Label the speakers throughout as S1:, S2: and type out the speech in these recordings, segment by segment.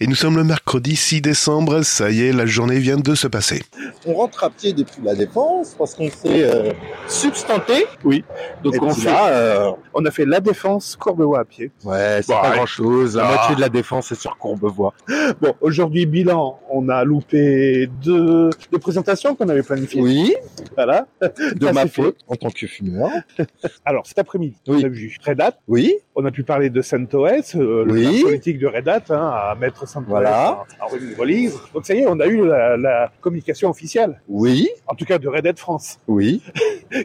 S1: Et nous sommes le mercredi 6 décembre, ça y est, la journée vient de se passer.
S2: On rentre à pied depuis la défense parce qu'on s'est euh, substanté.
S3: Oui. Donc
S2: Et
S3: on,
S2: puis
S3: fait-
S2: là, euh,
S3: on a fait la défense Courbevoie à pied.
S2: ouais, c'est
S3: Bah,
S2: pas
S3: ouais.
S2: grand chose. La
S3: Ah.
S2: moitié de la défense est sur Courbevoie.
S3: Bon, aujourd'hui bilan, on a loupé deux, deux présentations qu'on avait planifiées.
S2: Oui,
S3: Voilà.
S2: de
S3: Ça,
S2: ma
S3: c'est fait.
S2: faute en tant que fumeur.
S3: Alors cet après-midi,
S2: Oui.
S3: on a vu Red Hat.
S2: Oui,
S3: On a pu parler de CentOS, euh,
S2: Oui.
S3: le plan politique de Red Hat, hein, à mettre CentOS
S2: Voilà.
S3: en, en nouveau livre. Donc ça y est, on a eu la, la communication officielle,
S2: oui,
S3: en tout cas de Red Hat France.
S2: oui.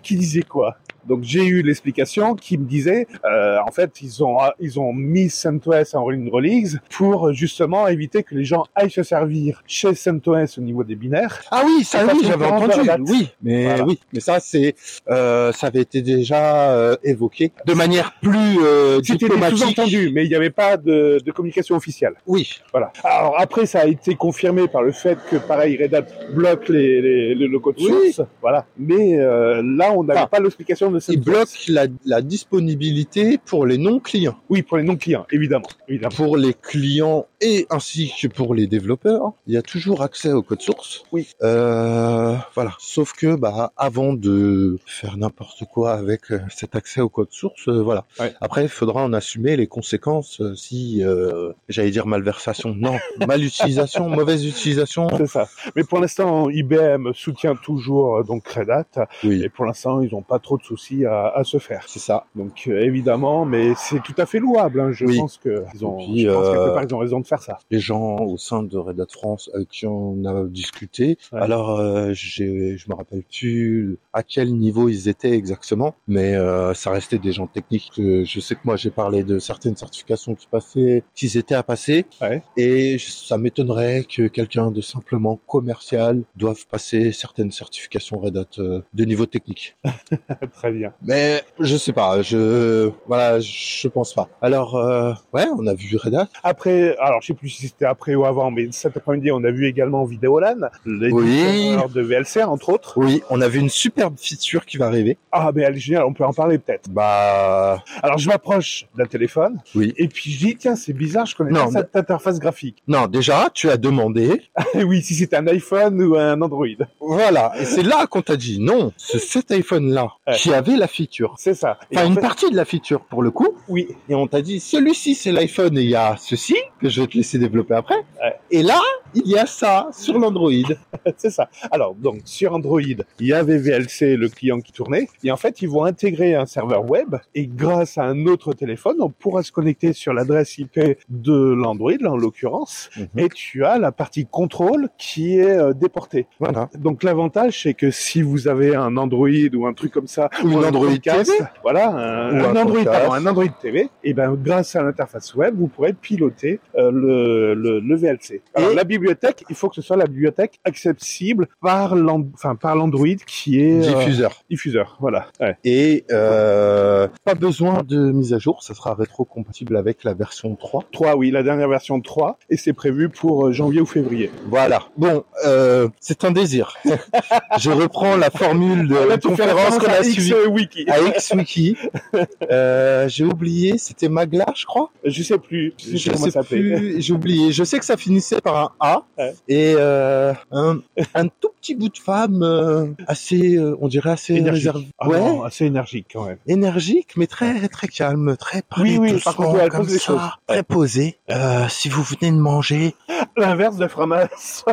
S3: qui disait quoi Donc j'ai eu l'explication qui me disait, euh, en fait, ils ont ils ont mis CentOS en rolling release pour euh, justement éviter que les gens aillent se servir chez CentOS au niveau des binaires.
S2: Ah oui, ça
S3: C'est
S2: oui,
S3: pas
S2: j'avais
S3: complètement
S2: entendu.
S3: verbatim.
S2: Oui, mais
S3: Voilà.
S2: oui, mais ça c'est, euh, ça avait été déjà euh, évoqué de manière plus euh,
S3: C'était des
S2: diplomatique.
S3: sous-entendus, mais il n'y avait pas de, de communication officielle.
S2: Oui,
S3: Voilà. Alors après, ça a été confirmé par le fait que, pareil, Red Hat bloque les, les- le, le code
S2: Oui.
S3: source. Voilà. Mais euh, là, on n'avait
S2: Ah.
S3: pas l'explication de
S2: il
S3: CentOS.
S2: bloque la, la disponibilité pour les non clients,
S3: Oui, pour les non-clients, évidemment. évidemment.
S2: pour les clients et ainsi que pour les développeurs. Il y a toujours accès au code source.
S3: Oui.
S2: Euh, voilà. Sauf que bah avant de faire n'importe quoi avec euh, cet accès au code source, euh, voilà.
S3: Ouais.
S2: Après, il faudra en assumer les conséquences euh, si, euh, j'allais dire malversation, non, mal utilisation, mauvaise utilisation.
S3: C'est ça. Mais pour l'instant, IBM soutient toujours euh, donc Red Hat.
S2: Oui.
S3: Et pour l'instant, ils n'ont pas trop de soucis à, à se faire.
S2: C'est ça.
S3: Donc euh, évidemment, mais c'est tout à fait louable. hein. Je
S2: Oui.
S3: pense que ils ont,
S2: Et puis,
S3: je pense quelque
S2: euh,
S3: part, ils ont raison de faire ça.
S2: Les gens au sein de Red Hat France avec qui on a discuté.
S3: Ouais.
S2: Alors, euh, j'ai- je me rappelle plus à quel niveau ils étaient exactement, mais euh, ça restait des gens techniques. que je sais que moi, j'ai parlé de certaines certifications qui passaient, qu'ils étaient à passer,
S3: Ouais.
S2: et je- ça m'étonnerait que quelqu'un de simplement commercial doive passer certaines certifications Red Hat euh, de niveau technique.
S3: Très bien.
S2: Mais je sais pas, je voilà, je pense pas. Alors euh, ouais, on a vu Red Hat.
S3: Après, alors je sais plus si c'était après ou avant, mais cet après-midi, on a vu également Videolan, l'éditeur de VLC entre autres.
S2: Oui, on a vu une superbe feature qui va arriver.
S3: Ah, mais elle est géniale. On peut en parler peut-être.
S2: Bah
S3: Alors je m'approche d'un téléphone.
S2: Oui.
S3: Et puis je dis tiens, c'est bizarre, je connais
S2: Non,
S3: pas cette interface graphique.
S2: non, déjà tu as demandé.
S3: Et oui, si c'était un iPhone ou un Android.
S2: Voilà, et c'est là qu'on t'a dit non, c'est cet iPhone là
S3: Ouais.
S2: qui avait la feature.
S3: C'est ça. Et
S2: Enfin,
S3: en
S2: une
S3: fait-
S2: partie de la feature pour le coup.
S3: Oui.
S2: Et on t'a dit celui-ci c'est l'iPhone et il y a ceci que je vais te laisser développer après.
S3: Ouais.
S2: Et là, il y a ça sur l'Android.
S3: C'est ça. Alors, donc, sur Android, il y avait VLC, le client qui tournait. Et en fait, ils vont intégrer un serveur web. Et grâce à un autre téléphone, on pourra se connecter sur l'adresse IP de l'Android, là, en l'occurrence.
S2: Mhm.
S3: Et tu as la partie contrôle qui est euh, déportée.
S2: Voilà.
S3: Donc, l'avantage, c'est que si vous avez un Android ou un truc comme ça,
S2: Ou
S3: ou
S2: une
S3: un
S2: Android
S3: Chromecast,
S2: TV.
S3: Voilà, un,
S2: Ou
S3: un
S2: un
S3: Android,
S2: Chromecast.
S3: pardon, un Android TV. Et ben, grâce à l'interface web, vous pourrez piloter euh, le, le, le VLC. Alors,
S2: Et-
S3: la bibliothèque, il faut que ce soit la bibliothèque accessible par l'an- enfin par l'Android qui est euh,
S2: Diffuseur.
S3: diffuseur. Voilà. Ouais.
S2: Et euh, pas besoin de mise à jour, ça sera rétro-compatible avec la version 3.
S3: 3, oui, la dernière version 3, et c'est prévu pour euh, janvier ou février.
S2: Voilà. Bon, euh, c'est un désir. Je reprends la formule de la
S3: Ah, Là, tu fais référence
S2: Euh, conférence qu'on
S3: à
S2: a
S3: X
S2: suivie
S3: Wiki.
S2: à XWiki. Euh, J'ai oublié, c'était Magla, je crois.
S3: Je sais plus, je sais plus comment ça s'appelait.
S2: plus, J'ai oublié. Je sais que ça finissait par un A
S3: Ouais.
S2: et euh, un, un tout petit bout de femme euh, assez, euh, on dirait assez réservée.
S3: Ah
S2: ouais,
S3: non, assez énergique quand même.
S2: énergique, mais très très calme, très parlé
S3: oui, par
S2: doucement,
S3: contre, ouais, elle
S2: comme
S3: pose des choses.
S2: ça, très posé. Euh, si vous venez de manger,
S3: L'inverse de Framasoft.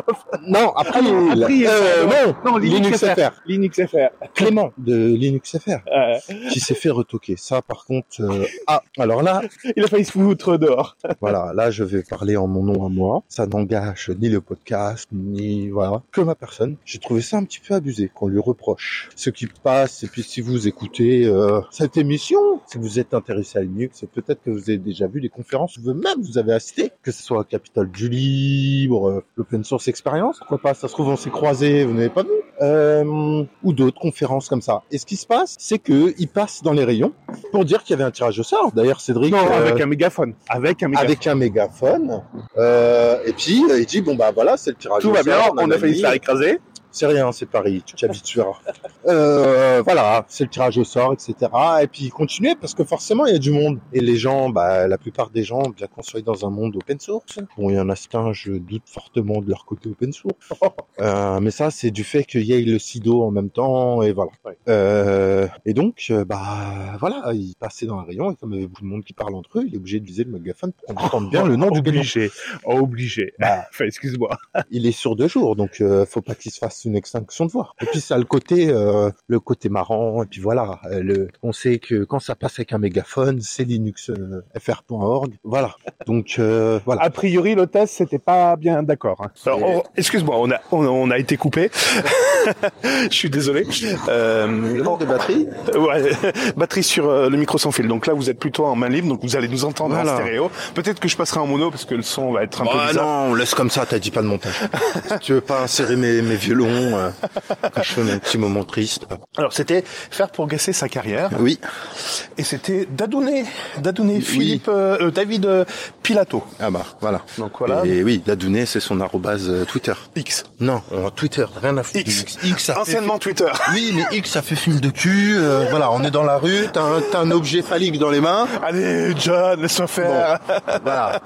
S2: non, après,
S3: il- après, il-
S2: euh, non,
S3: Non, Linux,
S2: Linux
S3: FR.
S2: FR,
S3: Linux FR.
S2: Clément de Linux FR,
S3: Euh,
S2: qui s'est fait retoquer. Ça, par contre, euh, ah, alors là,
S3: il a failli se foutre dehors.
S2: voilà, là, je vais parler en mon nom à moi. Ça n'engage ni le podcast, ni voilà, que ma personne. J'ai trouvé ça un petit peu abusé qu'on lui reproche. Ce qui passe, et puis si vous écoutez euh, cette émission, si vous êtes intéressé à Linux, c'est peut-être que vous avez déjà vu les conférences, vous-même vous avez assisté, que ce soit Capital du Libre, euh, l'Open Source Experience, pourquoi pas, ça se trouve on s'est croisés, vous n'avez pas vu, euh, ou d'autres conférences comme ça. Et ce qui se passe, c'est que ils passent dans les rayons pour dire qu'il y avait un tirage au sort. D'ailleurs, Cédric.
S3: Non,
S2: euh,
S3: avec un mégaphone. Avec un mégaphone.
S2: avec un mégaphone. Euh, et puis, euh, il dit, bon, bah voilà, c'est le tirage.
S3: Tout
S2: au
S3: va bien,
S2: sort,
S3: on a failli
S2: nanani.
S3: se faire écraser.
S2: C'est rien, c'est Paris, tu t'habitueras. Euh, voilà, c'est le tirage au sort, etc. Et puis continuez parce que forcément il y a du monde. Et les gens, bah, la plupart des gens, bien qu'on soit dans un monde open source, bon, il y en a certains, je doute fortement de leur côté open source. Euh, mais ça, c'est du fait qu'il y ait le SIDO en même temps, et voilà.
S3: Ouais.
S2: Euh, et donc, euh, bah, voilà, il passait dans un rayon, et comme il y avait beaucoup de monde qui parle entre eux, il est obligé de viser le mégaphone pour qu'on entende bien le nom du gagnant.
S3: obligé, Oh, obligé.
S2: Bah.
S3: Enfin, excuse-moi.
S2: Il est sur deux jours, donc euh, faut pas qu'il se fasse une extinction de voix. Et puis ça a le côté, euh, le côté marrant. Et puis voilà, euh, le, on sait que quand ça passe avec un mégaphone, c'est Linux euh, fr.org. Voilà. Donc euh,
S1: Ah,
S2: voilà.
S3: A priori, l'hôtesse, c'était pas bien d'accord. hein.
S1: Alors, on- excuse-moi, on a, on, a- on a été coupé. Je suis désolé. Euh,
S2: de batterie.
S1: ouais, batterie sur euh, le micro sans fil. Donc là, vous êtes plutôt en main libre, donc vous allez nous entendre en
S2: Voilà.
S1: stéréo. Peut-être que je passerai en mono parce que le son va être un peu
S2: Ah
S1: bizarre.
S2: non, on laisse comme ça, t'as dit pas de montage. Si tu veux pas insérer mes, mes violons euh, quand je fais mon petit moment triste.
S1: Alors, c'était faire pour gasser sa carrière.
S2: Oui,
S1: Et c'était Dadouné, Dadouné,
S2: Oui.
S1: Philippe, euh, euh, David euh, Pilato.
S2: ah bah voilà.
S1: Donc voilà.
S2: Et oui, Dadounet, c'est son arrobase euh, Twitter.
S1: X.
S2: Non, euh, Twitter, rien à foutre.
S1: X.
S2: X Ah, ça fait
S1: Anciennement Twitter.
S2: Oui, mais X, ça fait film de cul. euh, voilà, on est dans la rue, t'as un, t'as un objet phallique dans les mains.
S1: Allez, John, laisse-moi faire.
S2: Voilà.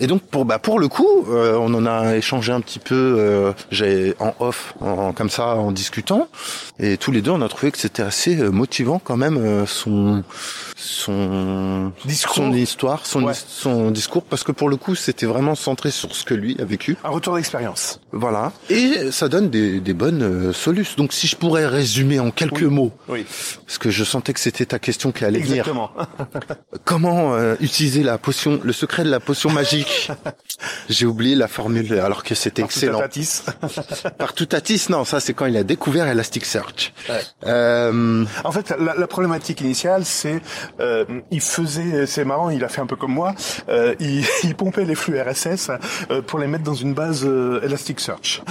S2: Et donc pour bah pour le coup, euh, on en a échangé un petit peu, euh, j'ai en off, en- comme ça, en discutant, et tous les deux on a trouvé que c'était assez euh, motivant quand même euh, son son
S1: Discours.
S2: son histoire, son
S1: Ouais.
S2: his- son discours, parce que pour le coup c'était vraiment centré sur ce que lui a vécu.
S1: Un retour d'expérience.
S2: Voilà. Et ça donne des, des bonnes euh, solutions. Donc si je pourrais résumer en quelques mots,
S1: Oui,
S2: parce que je sentais que c'était ta question qui allait venir.
S1: exactement.
S2: Comment euh, utiliser la potion, le secret de la potion magique J'ai oublié la formule alors que c'était excellent.
S1: Tatatis.
S2: Par Toutatis, non, ça c'est quand il a découvert Elasticsearch.
S1: Ouais.
S2: Euh,
S1: En fait, la, la problématique initiale, c'est euh, il faisait, c'est marrant, il a fait un peu comme moi, euh, il, il pompait les flux RSS euh, pour les mettre dans une base euh, Elasticsearch.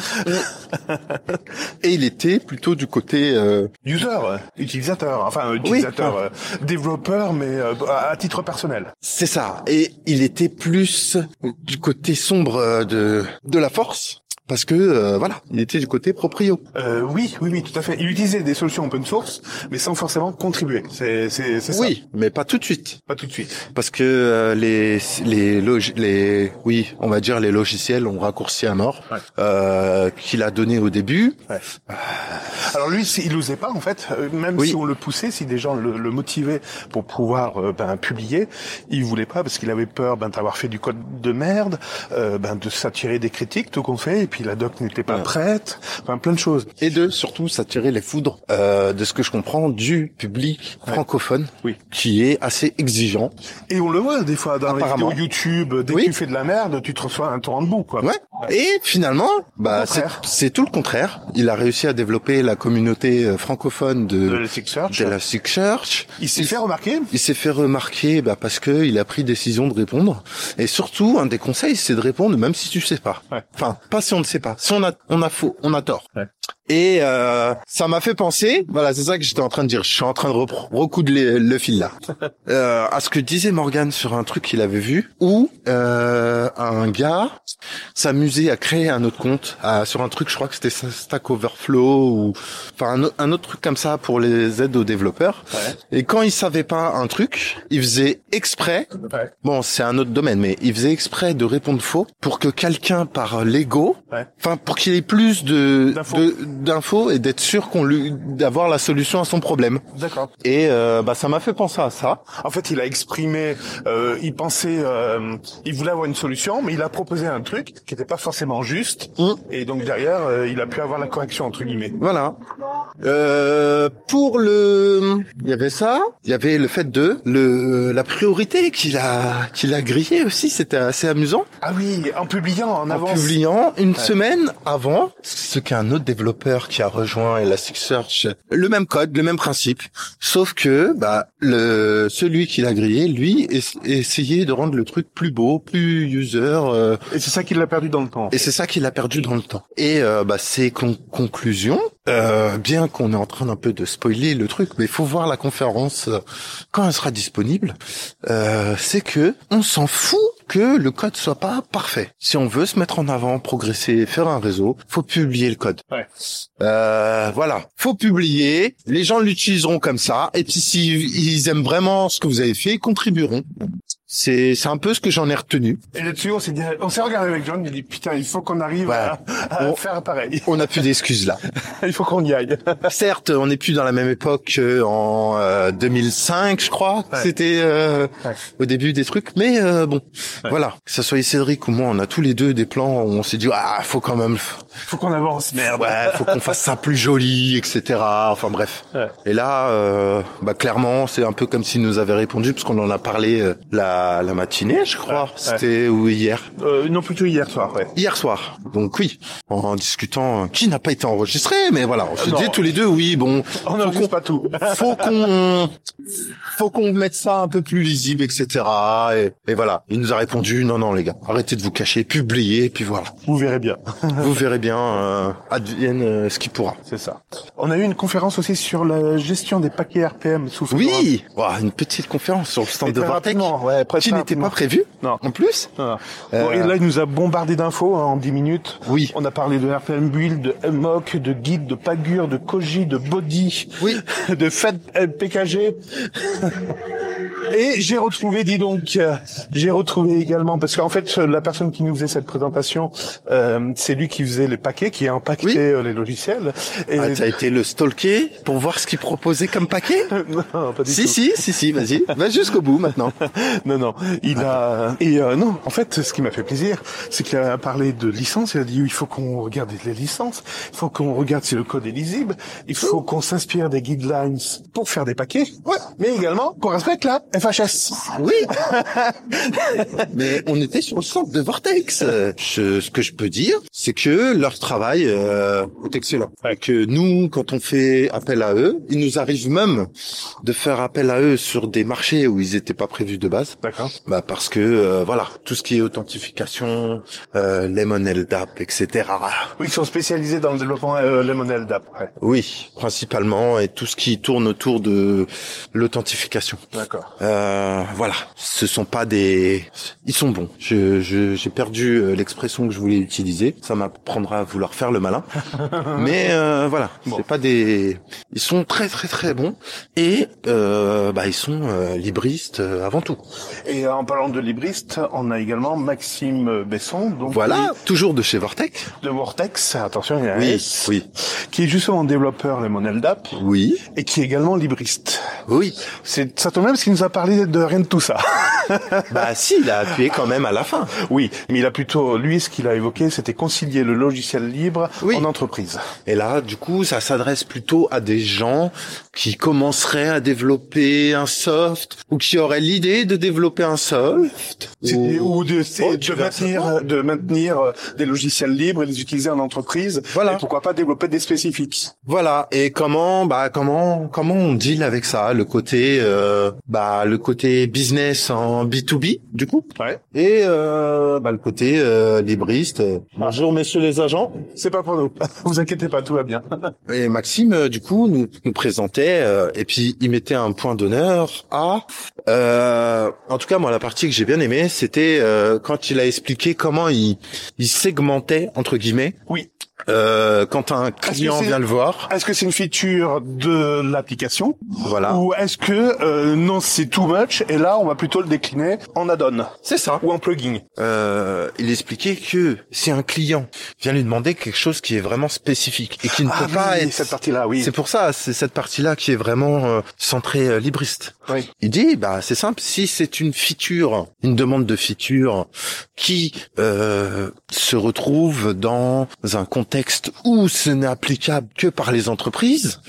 S2: et il était plutôt du côté. euh,
S1: User, euh, utilisateur, enfin euh, utilisateur, euh, développeur, mais euh, à à titre personnel.
S2: c'est ça. Et il était plus du côté sombre euh, de de la force parce que euh, voilà, il était du côté proprio.
S1: Euh, oui, oui, oui, tout à fait. Il utilisait des solutions open source, mais sans forcément contribuer. C'est, c'est, c'est
S2: Oui, mais pas tout de suite.
S1: ça. Pas tout de suite.
S2: Parce que euh, les les log- les oui, on va dire les logiciels ont raccourci à mort
S1: Ouais.
S2: euh, qu'il a donné au début.
S1: Alors lui, c'est- il osait pas en fait. Euh, Même
S2: Oui.
S1: si on le poussait, si des gens le, le motivaient pour pouvoir euh, ben, publier, il voulait pas parce qu'il avait peur ben, d'avoir fait du code de merde, euh, ben, de s'attirer des critiques, tout qu'on fait, et puis la doc n'était pas
S2: Ouais.
S1: prête, enfin plein de choses.
S2: et de surtout s'attirer les foudres euh, de ce que je comprends du public
S1: Ouais.
S2: francophone
S1: Oui.
S2: qui est assez exigeant.
S1: Et on le voit des fois dans les
S2: Apparemment.
S1: vidéos YouTube. Dès
S2: Oui.
S1: que tu fais de la merde, tu te reçois un torrent de boue, quoi.
S2: Ouais. Et finalement, bah c'est-
S1: contraire.
S2: c'est tout le contraire. Il a réussi à développer la communauté euh, francophone
S1: De
S2: de
S1: l'Elasticsearch.
S2: d'Elasticsearch.
S1: Il s'est fait remarquer.
S2: Il s'est fait remarquer bah, parce que il a pris décision de répondre. Et surtout, un des conseils, c'est de répondre même si tu sais pas.
S1: Ouais.
S2: Enfin, pas si on ne sait pas. Si on a, on a faux, on a tort.
S1: Ouais.
S2: Et euh, ça m'a fait penser, voilà, c'est ça que j'étais en train de dire. Je suis en train de repro- recoudre les- le fil là. Euh, à ce que disait Morgan sur un truc qu'il avait vu, où euh, un gars s'amusait à créer un autre compte à- sur un truc, je crois que c'était Stack Overflow ou enfin un, au- un autre truc comme ça pour les aides aux développeurs. Et quand il savait pas un truc, il faisait exprès.
S1: Ouais.
S2: Bon, c'est un autre domaine, mais il faisait exprès de répondre faux pour que quelqu'un par l'ego,
S1: Ouais.
S2: enfin pour qu'il ait plus de
S1: D'infos.
S2: de- d'infos et d'être sûr qu'on lui d'avoir la solution à son problème.
S1: D'accord.
S2: Et euh, bah ça m'a fait penser à ça.
S1: En fait, il a exprimé, euh, il pensait, euh, il voulait avoir une solution, mais il a proposé un truc qui n'était pas forcément juste,
S2: Mm.
S1: et donc derrière, euh, il a pu avoir la correction entre guillemets.
S2: Voilà. Euh, pour le, il y avait ça, il y avait le fait de le la priorité qu'il a qu'il a grillé aussi, c'était assez amusant.
S1: Ah oui, en publiant, en,
S2: En
S1: avance.
S2: publiant une semaine avant ce qu'un autre développeur qui a rejoint Elasticsearch, le même code, le même principe, sauf que bah le celui qui l'a grillé, lui, es- essayait de rendre le truc plus beau, plus user, euh,
S1: Et c'est ça qu'il a perdu dans le temps.
S2: et c'est ça qu'il a perdu dans le temps. Et euh, bah, ses con- conclusions, Euh, bien qu'on est en train d'un peu de spoiler le truc, mais il faut voir la conférence euh, quand elle sera disponible. Euh, c'est que on s'en fout que le code soit pas parfait. Si on veut se mettre en avant, progresser, faire un réseau, faut publier le code.
S3: Ouais.
S2: Euh, voilà, faut publier. Les gens l'utiliseront comme ça, et puis s'ils ils aiment vraiment ce que vous avez fait, ils contribueront. C'est c'est un peu ce que j'en ai retenu.
S1: Et là-dessus, on s'est dit- on s'est regardé avec John, il dit, putain, il faut qu'on arrive
S2: Voilà.
S1: à, à
S2: On-
S1: faire pareil.
S2: On n'a plus d'excuses là.
S1: il faut qu'on y aille.
S2: Certes, on n'est plus dans la même époque qu'en euh, 2005, je crois.
S1: Ouais.
S2: C'était euh,
S1: Ouais.
S2: au début des trucs, mais euh, bon,
S1: Ouais.
S2: voilà. Que ça soit Cédric ou moi, on a tous les deux des plans où on s'est dit ah faut quand même,
S1: faut qu'on avance, merde.
S2: ouais, faut qu'on fasse ça plus joli, etc. Enfin bref.
S1: Ouais.
S2: Et là, euh, bah clairement, c'est un peu comme s'il nous avait répondu parce qu'on en a parlé euh, la, la matinée, je crois. C'était ou hier.
S1: Euh, non, plutôt hier soir, ouais.
S2: Hier soir. Donc oui, en, en discutant, euh, qui n'a pas été enregistré, mais voilà, on se
S1: Euh, non.
S2: dit tous les deux, oui, bon,
S1: On ne compte pas tout.
S2: faut qu'on faut qu'on mette ça un peu plus lisible, etc. Et, et voilà, il nous a répondu non non les gars, arrêtez de vous cacher, publiez, et puis voilà,
S1: Vous verrez bien.
S2: vous verrez bien, euh, advienne euh, ce qui pourra.
S1: C'est ça. On a eu une conférence aussi sur la gestion des paquets RPM sous Fedora.
S2: Oui, Ouah, une petite conférence sur le stand
S1: Et
S2: de
S1: très
S2: Vortex
S1: rapidement, ouais, presque
S2: qui n'était pas
S1: rapidement.
S2: prévue.
S1: Non.
S2: En plus,
S1: Voilà.
S2: Euh,
S1: Bon, et là, il nous a bombardé d'infos hein, en 10 minutes.
S2: oui,
S1: On a parlé de RPM Build, de MOC, de Guide, de Pagure, de Koji, de Body,
S2: oui,
S1: de Fed euh, PKG. Et j'ai retrouvé, dis donc, euh, j'ai retrouvé également, parce qu'en fait, euh, la personne qui nous faisait cette présentation, euh, c'est lui qui faisait les paquets, qui a impacté
S2: Oui.
S1: euh, les logiciels. Et...
S2: Ah, t'as été le stalker pour voir ce qu'il proposait comme paquet.
S1: non, pas du
S2: Si
S1: tout.
S2: si si si, vas-y, va jusqu'au bout maintenant.
S1: Non, non, il a... Et euh, non, en fait, ce qui m'a fait plaisir, c'est qu'il a parlé de licences, il a dit, il faut qu'on regarde les licences, il faut qu'on regarde si le code est lisible, il faut qu'on s'inspire des guidelines pour faire des paquets, mais également qu'on respecte la FHS.
S2: Oui. Mais on était sur le centre de Vortex. Euh, je- ce que je peux dire, c'est que leur travail euh, est excellent. Que nous, quand on fait appel à eux, il nous arrive même de faire appel à eux sur des marchés où ils n'étaient pas prévus de base.
S1: D'accord.
S2: Bah parce que euh, voilà, tout ce qui est authentification, euh, Lemon LDAP, etc.
S1: Oui, ils sont spécialisés dans le développement euh, Lemonel d'app. Ouais.
S2: Oui, principalement et tout ce qui tourne autour de l'authentification.
S1: D'accord.
S2: Euh, voilà, ce sont pas des, ils sont bons. Je, je- j'ai perdu euh, l'expression que je voulais utiliser. Ça m'apprendra à vouloir faire le malin. Mais euh, voilà,
S1: Bon.
S2: c'est pas des, ils sont très très très bons et euh, bah ils sont euh, libristes euh, avant tout.
S1: Et euh, en parlant de libriste, on a également Maxime Besson, donc
S2: Voilà, toujours de chez Vortex.
S1: de Vortex, attention, il y a un
S2: Oui,
S1: S,
S2: oui,
S1: qui est justement développeur Lemonel d'app
S2: oui,
S1: et qui est également libriste.
S2: oui.
S1: C'est ça tombe bien parce qu'il nous a parlé de rien de tout ça.
S2: Bah si, il a appuyé quand même à la fin.
S1: Oui, mais il a plutôt lui ce qu'il a évoqué, c'était concilier le logiciel libre
S2: Oui.
S1: en entreprise.
S2: Et là, du coup, ça s'adresse plutôt à des gens qui commenceraient à développer un soft ou qui auraient l'idée de développer un soft.
S1: C'est- Ou de, c'est
S2: Oh, tu
S1: de
S2: verras
S1: maintenir,
S2: ça.
S1: euh, de maintenir euh, des logiciels libres et les utiliser en entreprise.
S2: Voilà.
S1: Et pourquoi pas développer des spécifiques.
S2: Voilà. Et comment, bah, comment, comment on deal avec ça Le côté, euh, bah, le côté business en B 2 B, du coup.
S1: Ouais.
S2: Et euh, bah, le côté euh, libriste. Bonjour, messieurs les agents.
S1: C'est pas pour nous. Vous inquiétez pas, tout va bien.
S2: Et Maxime, euh, du coup, nous, nous présentait, euh, et puis il mettait un point d'honneur à... euh, en tout cas, moi, la partie que j'ai bien aimée, c'était euh, quand il a expliqué comment il, il segmentait, entre guillemets,
S1: Oui.
S2: euh, quand un client
S1: c'est- Ah.
S2: vient le voir.
S1: Est-ce que c'est une feature de l'application
S2: Voilà.
S1: ou est-ce que euh, non, c'est too much et là on va plutôt le décliner en add-on
S2: C'est ça.
S1: ou en plugin.
S2: Euh, il expliquait que si un client vient lui demander quelque chose qui est vraiment spécifique et qui ne
S1: Ah
S2: peut pas
S1: oui,
S2: être...
S1: cette partie-là, oui.
S2: C'est pour ça, c'est cette partie-là qui est vraiment euh, centrée euh, libriste.
S1: Oui.
S2: Il dit, bah c'est simple, si c'est une feature, une demande de feature qui euh, se retrouve dans un contexte où ce n'est applicable que par les entreprises,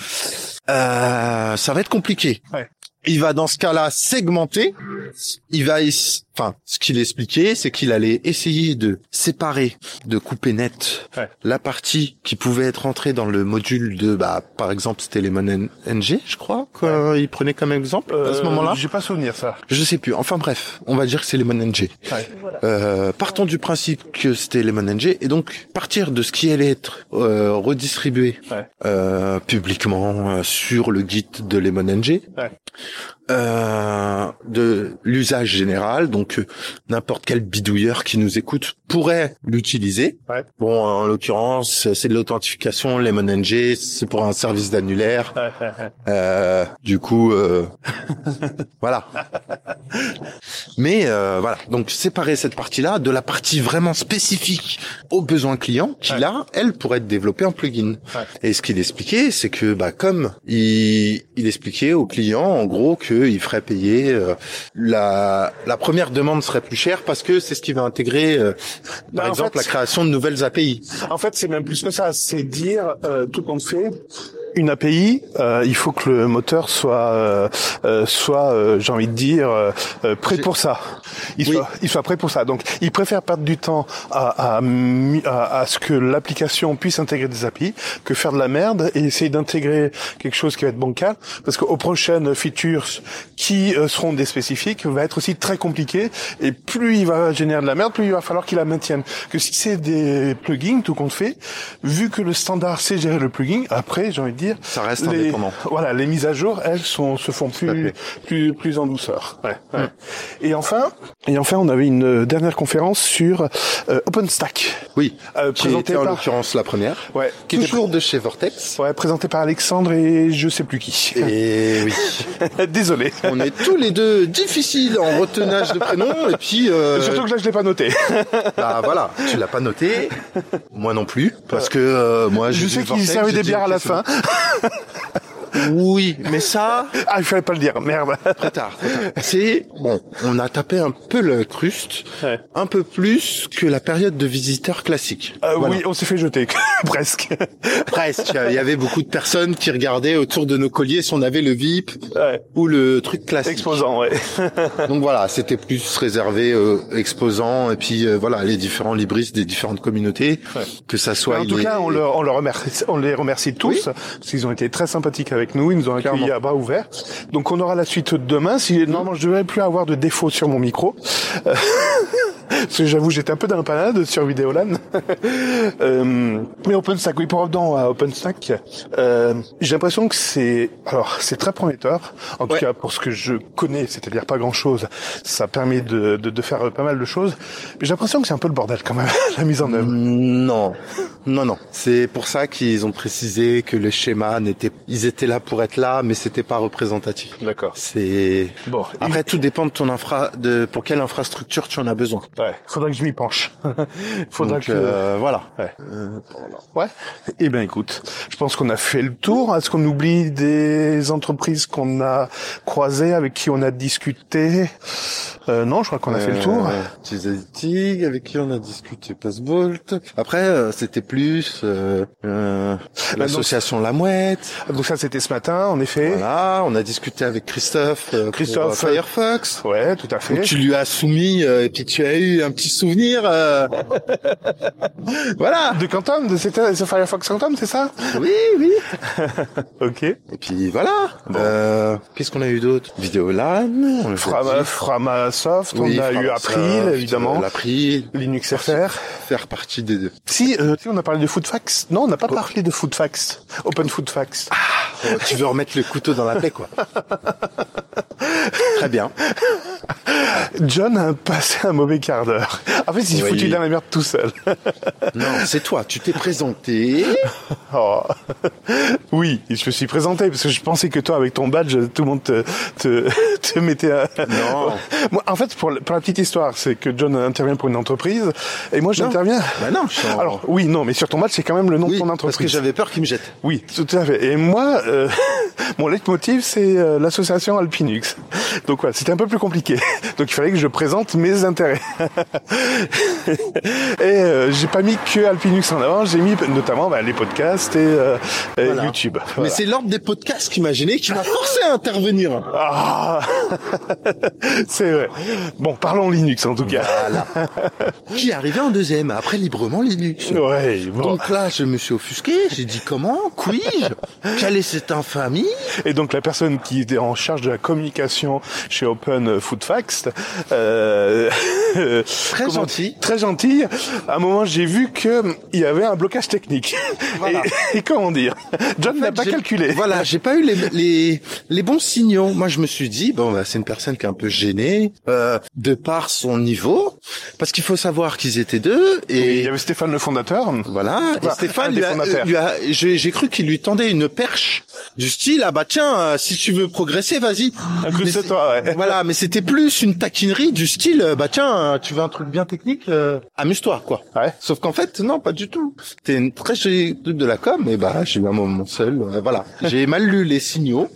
S2: euh, ça va être compliqué.
S1: Ouais.
S2: Il va dans ce cas-là segmenter, il va es- Enfin, ce qu'il expliquait, c'est qu'il allait essayer de séparer, de couper net
S3: Ouais.
S2: la partie qui pouvait être entrée dans le module de, bah, par exemple, c'était les Mon NG, je crois, qu'il prenait comme exemple à ce
S1: Euh,
S2: moment-là.
S1: J'ai pas souvenir ça.
S2: Je sais plus. Enfin bref, on va dire que c'est les NG.
S4: Voilà.
S2: Euh, partons du principe que c'était les NG et donc partir de ce qui allait être euh, redistribué
S3: Ouais.
S2: euh, publiquement euh, sur le guide de les NG,
S3: Ouais.
S2: euh, de l'usage général, donc euh, n'importe quel bidouilleur qui nous écoute pourrait l'utiliser.
S3: Ouais.
S2: Bon, en l'occurrence, c'est de l'authentification, les NG, c'est pour un service d'annulaire. Euh, du coup, euh, voilà. Mais euh, voilà, donc séparer cette partie-là de la partie vraiment spécifique aux besoins clients qui
S3: Ouais.
S2: là, elle pourrait être développée en plugin.
S3: Ouais.
S2: Et ce qu'il expliquait, c'est que bah comme il, il expliquait aux clients en gros qu'il ferait payer euh, la la première demande serait plus chère parce que c'est ce qui va intégrer euh, par
S1: Bah, en
S2: exemple
S1: fait,
S2: la création de nouvelles API.
S1: En fait, c'est même plus que ça. C'est dire euh, tout compte fait. Une API, euh, il faut que le moteur soit, euh, euh, soit, euh, j'ai envie de dire, euh, euh, prêt
S2: J'ai-
S1: pour ça. Il,
S2: Oui.
S1: soit, il soit prêt pour ça. Donc, il préfère perdre du temps à, à, mi- à, à ce que l'application puisse intégrer des API que faire de la merde et essayer d'intégrer quelque chose qui va être bancal. Parce qu'aux prochaines features qui euh, seront des spécifiques va être aussi très compliqué. Et plus il va générer de la merde, plus il va falloir qu'il la maintienne. Que si c'est des plugins, tout compte fait, vu que le standard c'est gérer le plugin, après, j'ai envie de dire,
S2: Ça reste
S1: les,
S2: indépendant.
S1: voilà, les mises à jour, elles sont, se font
S2: à
S1: plus,
S2: fait.
S1: plus, plus en douceur. Ouais, ouais. Et enfin, et enfin, on avait une euh, dernière conférence sur euh, OpenStack,
S2: Oui,
S1: euh,
S2: qui était
S1: présentée
S2: en
S1: par,
S2: l'occurrence la première,
S1: ouais,
S2: qui était toujours de chez Vortex.
S1: ouais, présentée par Alexandre et je sais plus qui.
S2: Et Eh Euh, oui,
S1: Désolé.
S2: on est tous les deux difficiles en retenage de prénoms et puis euh,
S1: Surtout que là, je l'ai pas noté.
S2: bah voilà, tu l'as pas noté, moi non plus parce que euh, moi
S1: Je
S2: j'ai
S1: sais
S2: vu
S1: qu'il
S2: Vortex,
S1: servait
S2: j'ai
S1: des
S2: dit,
S1: bières à
S2: ok,
S1: la
S2: c'est
S1: fin.
S2: bon. Oui, mais ça
S1: Ah, il fallait pas le dire. Merde.
S2: très tard. très tard. C'est bon, on a tapé un peu le cruste,
S3: Ouais.
S2: un peu plus que la période de visiteurs classique.
S1: Euh,
S2: Voilà.
S1: Oui, on s'est fait jeter. Presque.
S2: Presque. Il y avait beaucoup de personnes qui regardaient autour de nos colliers si on avait le VIP
S1: Ouais.
S2: ou le truc classique.
S1: Exposant, ouais.
S2: Donc voilà, c'était plus réservé euh, exposants et puis euh, voilà les différents libristes des différentes communautés,
S1: Ouais.
S2: que ça soit.
S1: en tout
S2: les-
S1: cas, on, leur, on, leur remercie, on les remercie tous,
S2: Oui.
S1: parce qu'ils ont été très sympathiques avec nous, ils nous ont accueillis
S2: Clairement. Mmh.
S1: à bras ouverts. Donc on aura la suite demain. Si normalement je devrais plus avoir de défauts sur mon micro, Euh, parce que j'avoue j'étais un peu dans la panade sur Vidéolan. Euh, mais OpenStack, oui, pour revenir à OpenStack, euh, j'ai l'impression que c'est, alors c'est très prometteur. En tout
S2: Ouais.
S1: cas pour ce que je connais, c'est-à-dire pas grand-chose, ça permet de, de, de faire pas mal de choses. Mais j'ai l'impression que c'est un peu le bordel quand même la mise en œuvre.
S2: Mm, Non, non, non. C'est pour ça qu'ils ont précisé que les schémas n'étaient, ils étaient là pour être là, mais c'était pas représentatif.
S1: D'accord.
S2: C'est
S1: Bon,
S2: après tout dépend de ton infra, de pour quelle infrastructure tu en as besoin.
S1: Ouais, faudra que je m'y penche. faudra
S2: Donc
S1: que.
S2: euh, voilà.
S1: ouais.
S2: Euh,
S1: Ouais. Eh ben écoute, je pense qu'on a fait le tour. Est-ce qu'on oublie des entreprises qu'on a croisées, avec qui on a discuté Euh, Non, je crois qu'on a fait le tour.
S2: Euh, Tizaiti, avec qui on a discuté Passbolt. Après, euh, c'était plus euh, euh,
S1: Bah,
S2: l'association La Mouette.
S1: Donc ça, c'était ce matin, en effet.
S2: Voilà, on a discuté avec Christophe, euh, pour,
S1: Christophe.
S2: euh, Firefox.
S1: Ouais, tout à
S2: où
S1: fait.
S2: tu lui as soumis euh, et puis tu as eu un petit souvenir. euh, voilà.
S1: De Quantum, de c'était c'est Firefox Quantum, c'est ça
S2: Oui, oui.
S1: Ok.
S2: Et puis voilà. Euh, Qu'est-ce qu'on a eu d'autre Vidéolan. On le
S1: Frama, Framasoft, euh, on a eu April, évidemment.
S2: L'April,
S1: Linux FR.
S2: faire partie des deux.
S1: Si, euh, si, on a parlé de Foodfax. Non, on n'a pas parlé de Foodfax. Open Foodfax.
S2: Euh, tu veux remettre le couteau dans la plaie, quoi. Très bien.
S1: John a passé un mauvais quart d'heure. En fait, il est
S2: Oui.
S1: foutu dans la merde tout seul.
S2: Non, c'est toi. Tu t'es présenté.
S1: Oh. Oui, je me suis présenté parce que je pensais que toi, avec ton badge, tout le monde te, te, te mettait à...
S2: Non.
S1: Moi, en fait, pour, la- pour la petite histoire, c'est que John intervient pour une entreprise et moi, j'interviens...
S2: Bah non. je suis en-
S1: Alors, oui, non, mais sur ton badge, c'est quand même le nom
S2: oui,
S1: de ton
S2: parce que
S1: entreprise.
S2: j'avais peur qu'il me jette.
S1: Oui, tout à fait. Et moi, euh, mon leitmotiv, c'est euh, l'association Alpinux. Donc voilà, c'était un peu plus compliqué. Donc il fallait que je présente mes intérêts. et euh, j'ai pas mis que Alpinux en avant, j'ai mis notamment bah, les podcasts et, euh, et
S2: Voilà.
S1: YouTube.
S2: Mais
S1: Voilà.
S2: c'est l'ordre des podcasts qui m'a gêné, qui m'a forcé à intervenir.
S1: Ah c'est vrai. Bon, parlons Linux en tout cas.
S2: Qui arrivait en deuxième, après librement Linux.
S1: Ouais, bon.
S2: Donc là, je me suis offusqué, j'ai dit comment, puis-je, quelle est cette infamie
S1: Et donc la personne qui était en charge de la communication chez Open Food Facts, euh,
S2: Très
S1: comment-
S2: gentil.
S1: très gentille. À un moment, j'ai vu que hum, il y avait un blocage technique.
S2: Voilà.
S1: Et, et comment dire, John n'a
S2: fait,
S1: pas
S2: j'ai-
S1: calculé.
S2: Voilà, j'ai pas eu les, les, les bons signaux. Moi, je me suis dit, bon, bah, c'est une personne qui est un peu gênée, euh, de par son niveau, parce qu'il faut savoir qu'ils étaient deux,
S1: Et il
S2: et
S1: y avait Stéphane le fondateur.
S2: voilà, et
S1: Bah, un
S2: Stéphane,
S1: des
S2: lui a, euh,
S1: fondateurs.
S2: lui a- j'ai j'ai cru qu'il lui tendait une perche, du style, ah bah tiens, euh, si tu veux progresser, vas-y. Mais c'est-
S1: Ah, toi, ouais.
S2: Voilà, mais c'était plus une taquinerie du style, euh, bah tiens, euh, tu veux un truc bien technique, euh, amuse-toi, quoi.
S1: Ouais.
S2: Sauf qu'en fait, non, pas du tout. C'était une très jolie truc de la com, et bah, j'ai eu un moment seul, euh, voilà. J'ai mal lu les signaux.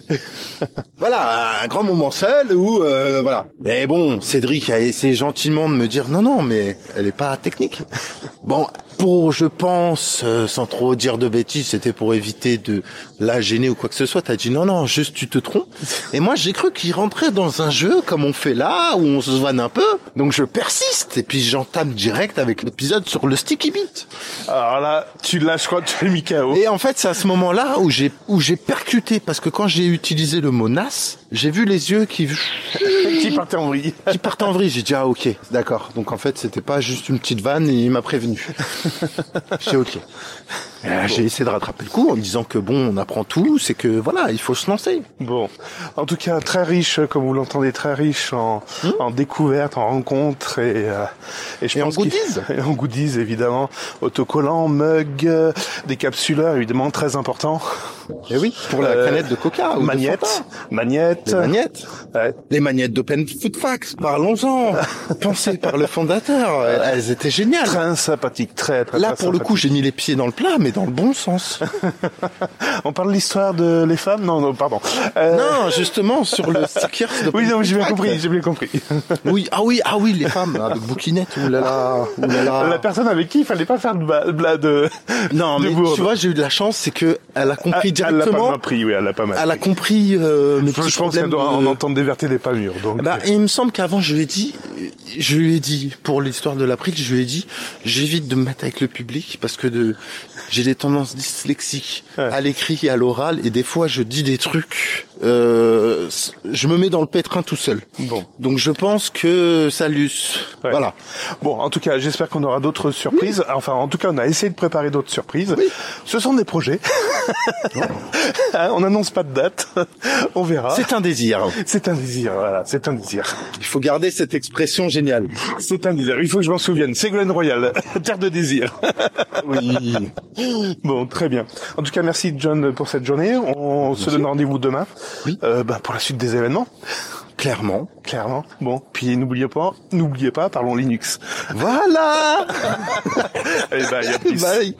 S2: voilà, un grand moment seul où, euh, voilà. Mais bon, Cédric a essayé gentiment de me dire, non, non, mais elle est pas technique. Bon, pour, je pense, euh, sans trop dire de bêtises, c'était pour éviter de la gêner ou quoi que ce soit. T'as dit non, non, juste tu te trompes. Et moi, j'ai cru qu'il rentrait dans un jeu comme on fait là, où on se vanne un peu. Donc je persiste et puis j'entame direct avec l'épisode sur le sticky beat.
S1: Alors là, tu lâches quoi Tu l'as mis KO.
S2: Et en fait, c'est à ce moment-là où j'ai où j'ai percuté parce que quand j'ai utilisé le mot nas, j'ai vu les yeux qui
S1: Qui partait en vrille.
S2: qui partent en vrille. J'ai dit ah ok, d'accord. Donc en fait, c'était pas juste une petite vanne. Et il m'a prévenu. j'ai ok. Et là, J'ai essayé de rattraper le coup en disant que bon, on apprend tout, c'est que voilà, il faut se lancer.
S1: Bon, en tout cas très riche, comme vous l'entendez, très riche en, en découvertes, en rencontres et euh, je
S2: Hmm? Et en
S1: pense qu'il-
S2: goodies.
S1: et en goodies évidemment, autocollants, mugs, euh, des capsuleurs évidemment très importants,
S2: Et Eh oui, pour la
S1: Euh,
S2: canette de coca ou de
S1: magnettes,
S2: Fanta.
S1: magnettes,
S2: Les magnettes.
S1: Ouais.
S2: Les magnettes d'Open Food Facts, parlons-en. Pensées par le fondateur, elles étaient géniales.
S1: très sympathique, très très.
S2: Là,
S1: très
S2: pour le coup, j'ai mis les pieds dans le plat, mais dans le bon sens.
S1: sympathique. on parle de l'histoire de les femmes, non, non, pardon. Euh,
S2: non, justement, sur le sticker.
S1: Oui, non, j'ai bien compris, j'ai bien compris.
S2: Oui, ah oui, ah oui, les femmes, avec bouquinettes, oulala, oulala.
S1: La personne avec qui il fallait pas faire de euh, ba- bla- de.
S2: Non,
S1: de
S2: mais
S1: bourde.
S2: tu vois, j'ai eu de la chance, c'est que elle a compris
S1: Ah, elle l'a pas
S2: directement. Ah,
S1: mal pris, oui, elle l'a pas mal.
S2: Elle a
S1: pris.
S2: compris euh, mes
S1: Je,
S2: petits
S1: je pense qu'elle
S2: problèmes
S1: doit en
S2: de-
S1: entendre des vertes et des pas mûres. Donc,
S2: Bah, il me semble qu'avant, je lui ai dit, je lui ai dit, pour l'histoire de l'April, je lui ai dit, j'évite de me mettre avec le public parce que de, j'ai des tendances dyslexiques à l'écrit et à l'oral et des fois, je dis des trucs, euh, je me mets dans le pétrin tout seul.
S1: bon.
S2: Donc, je pense que ça luce.
S1: Ouais.
S2: Voilà.
S1: Bon, en tout cas, j'espère qu'on aura d'autres surprises. Enfin, en tout cas, on a essayé de préparer d'autres surprises. Ce sont des projets. Hein, on n'annonce pas de date. on verra.
S2: C'est un désir.
S1: C'est un désir, voilà. C'est un désir.
S2: Il faut garder cette expression géniale.
S1: C'est un désir. Il faut que je m'en souvienne. Ségolène Royal, terre de désir.
S2: Oui.
S1: Bon, très bien. En tout cas, merci John pour cette journée. On se donne rendez-vous demain
S2: Oui.
S1: euh, bah, pour la suite des événements,
S2: Clairement.
S1: clairement. Bon, puis n'oubliez pas, n'oubliez pas, parlons Linux.
S2: Voilà. Bah,
S1: Eh ben, il y a plus.
S2: Bye.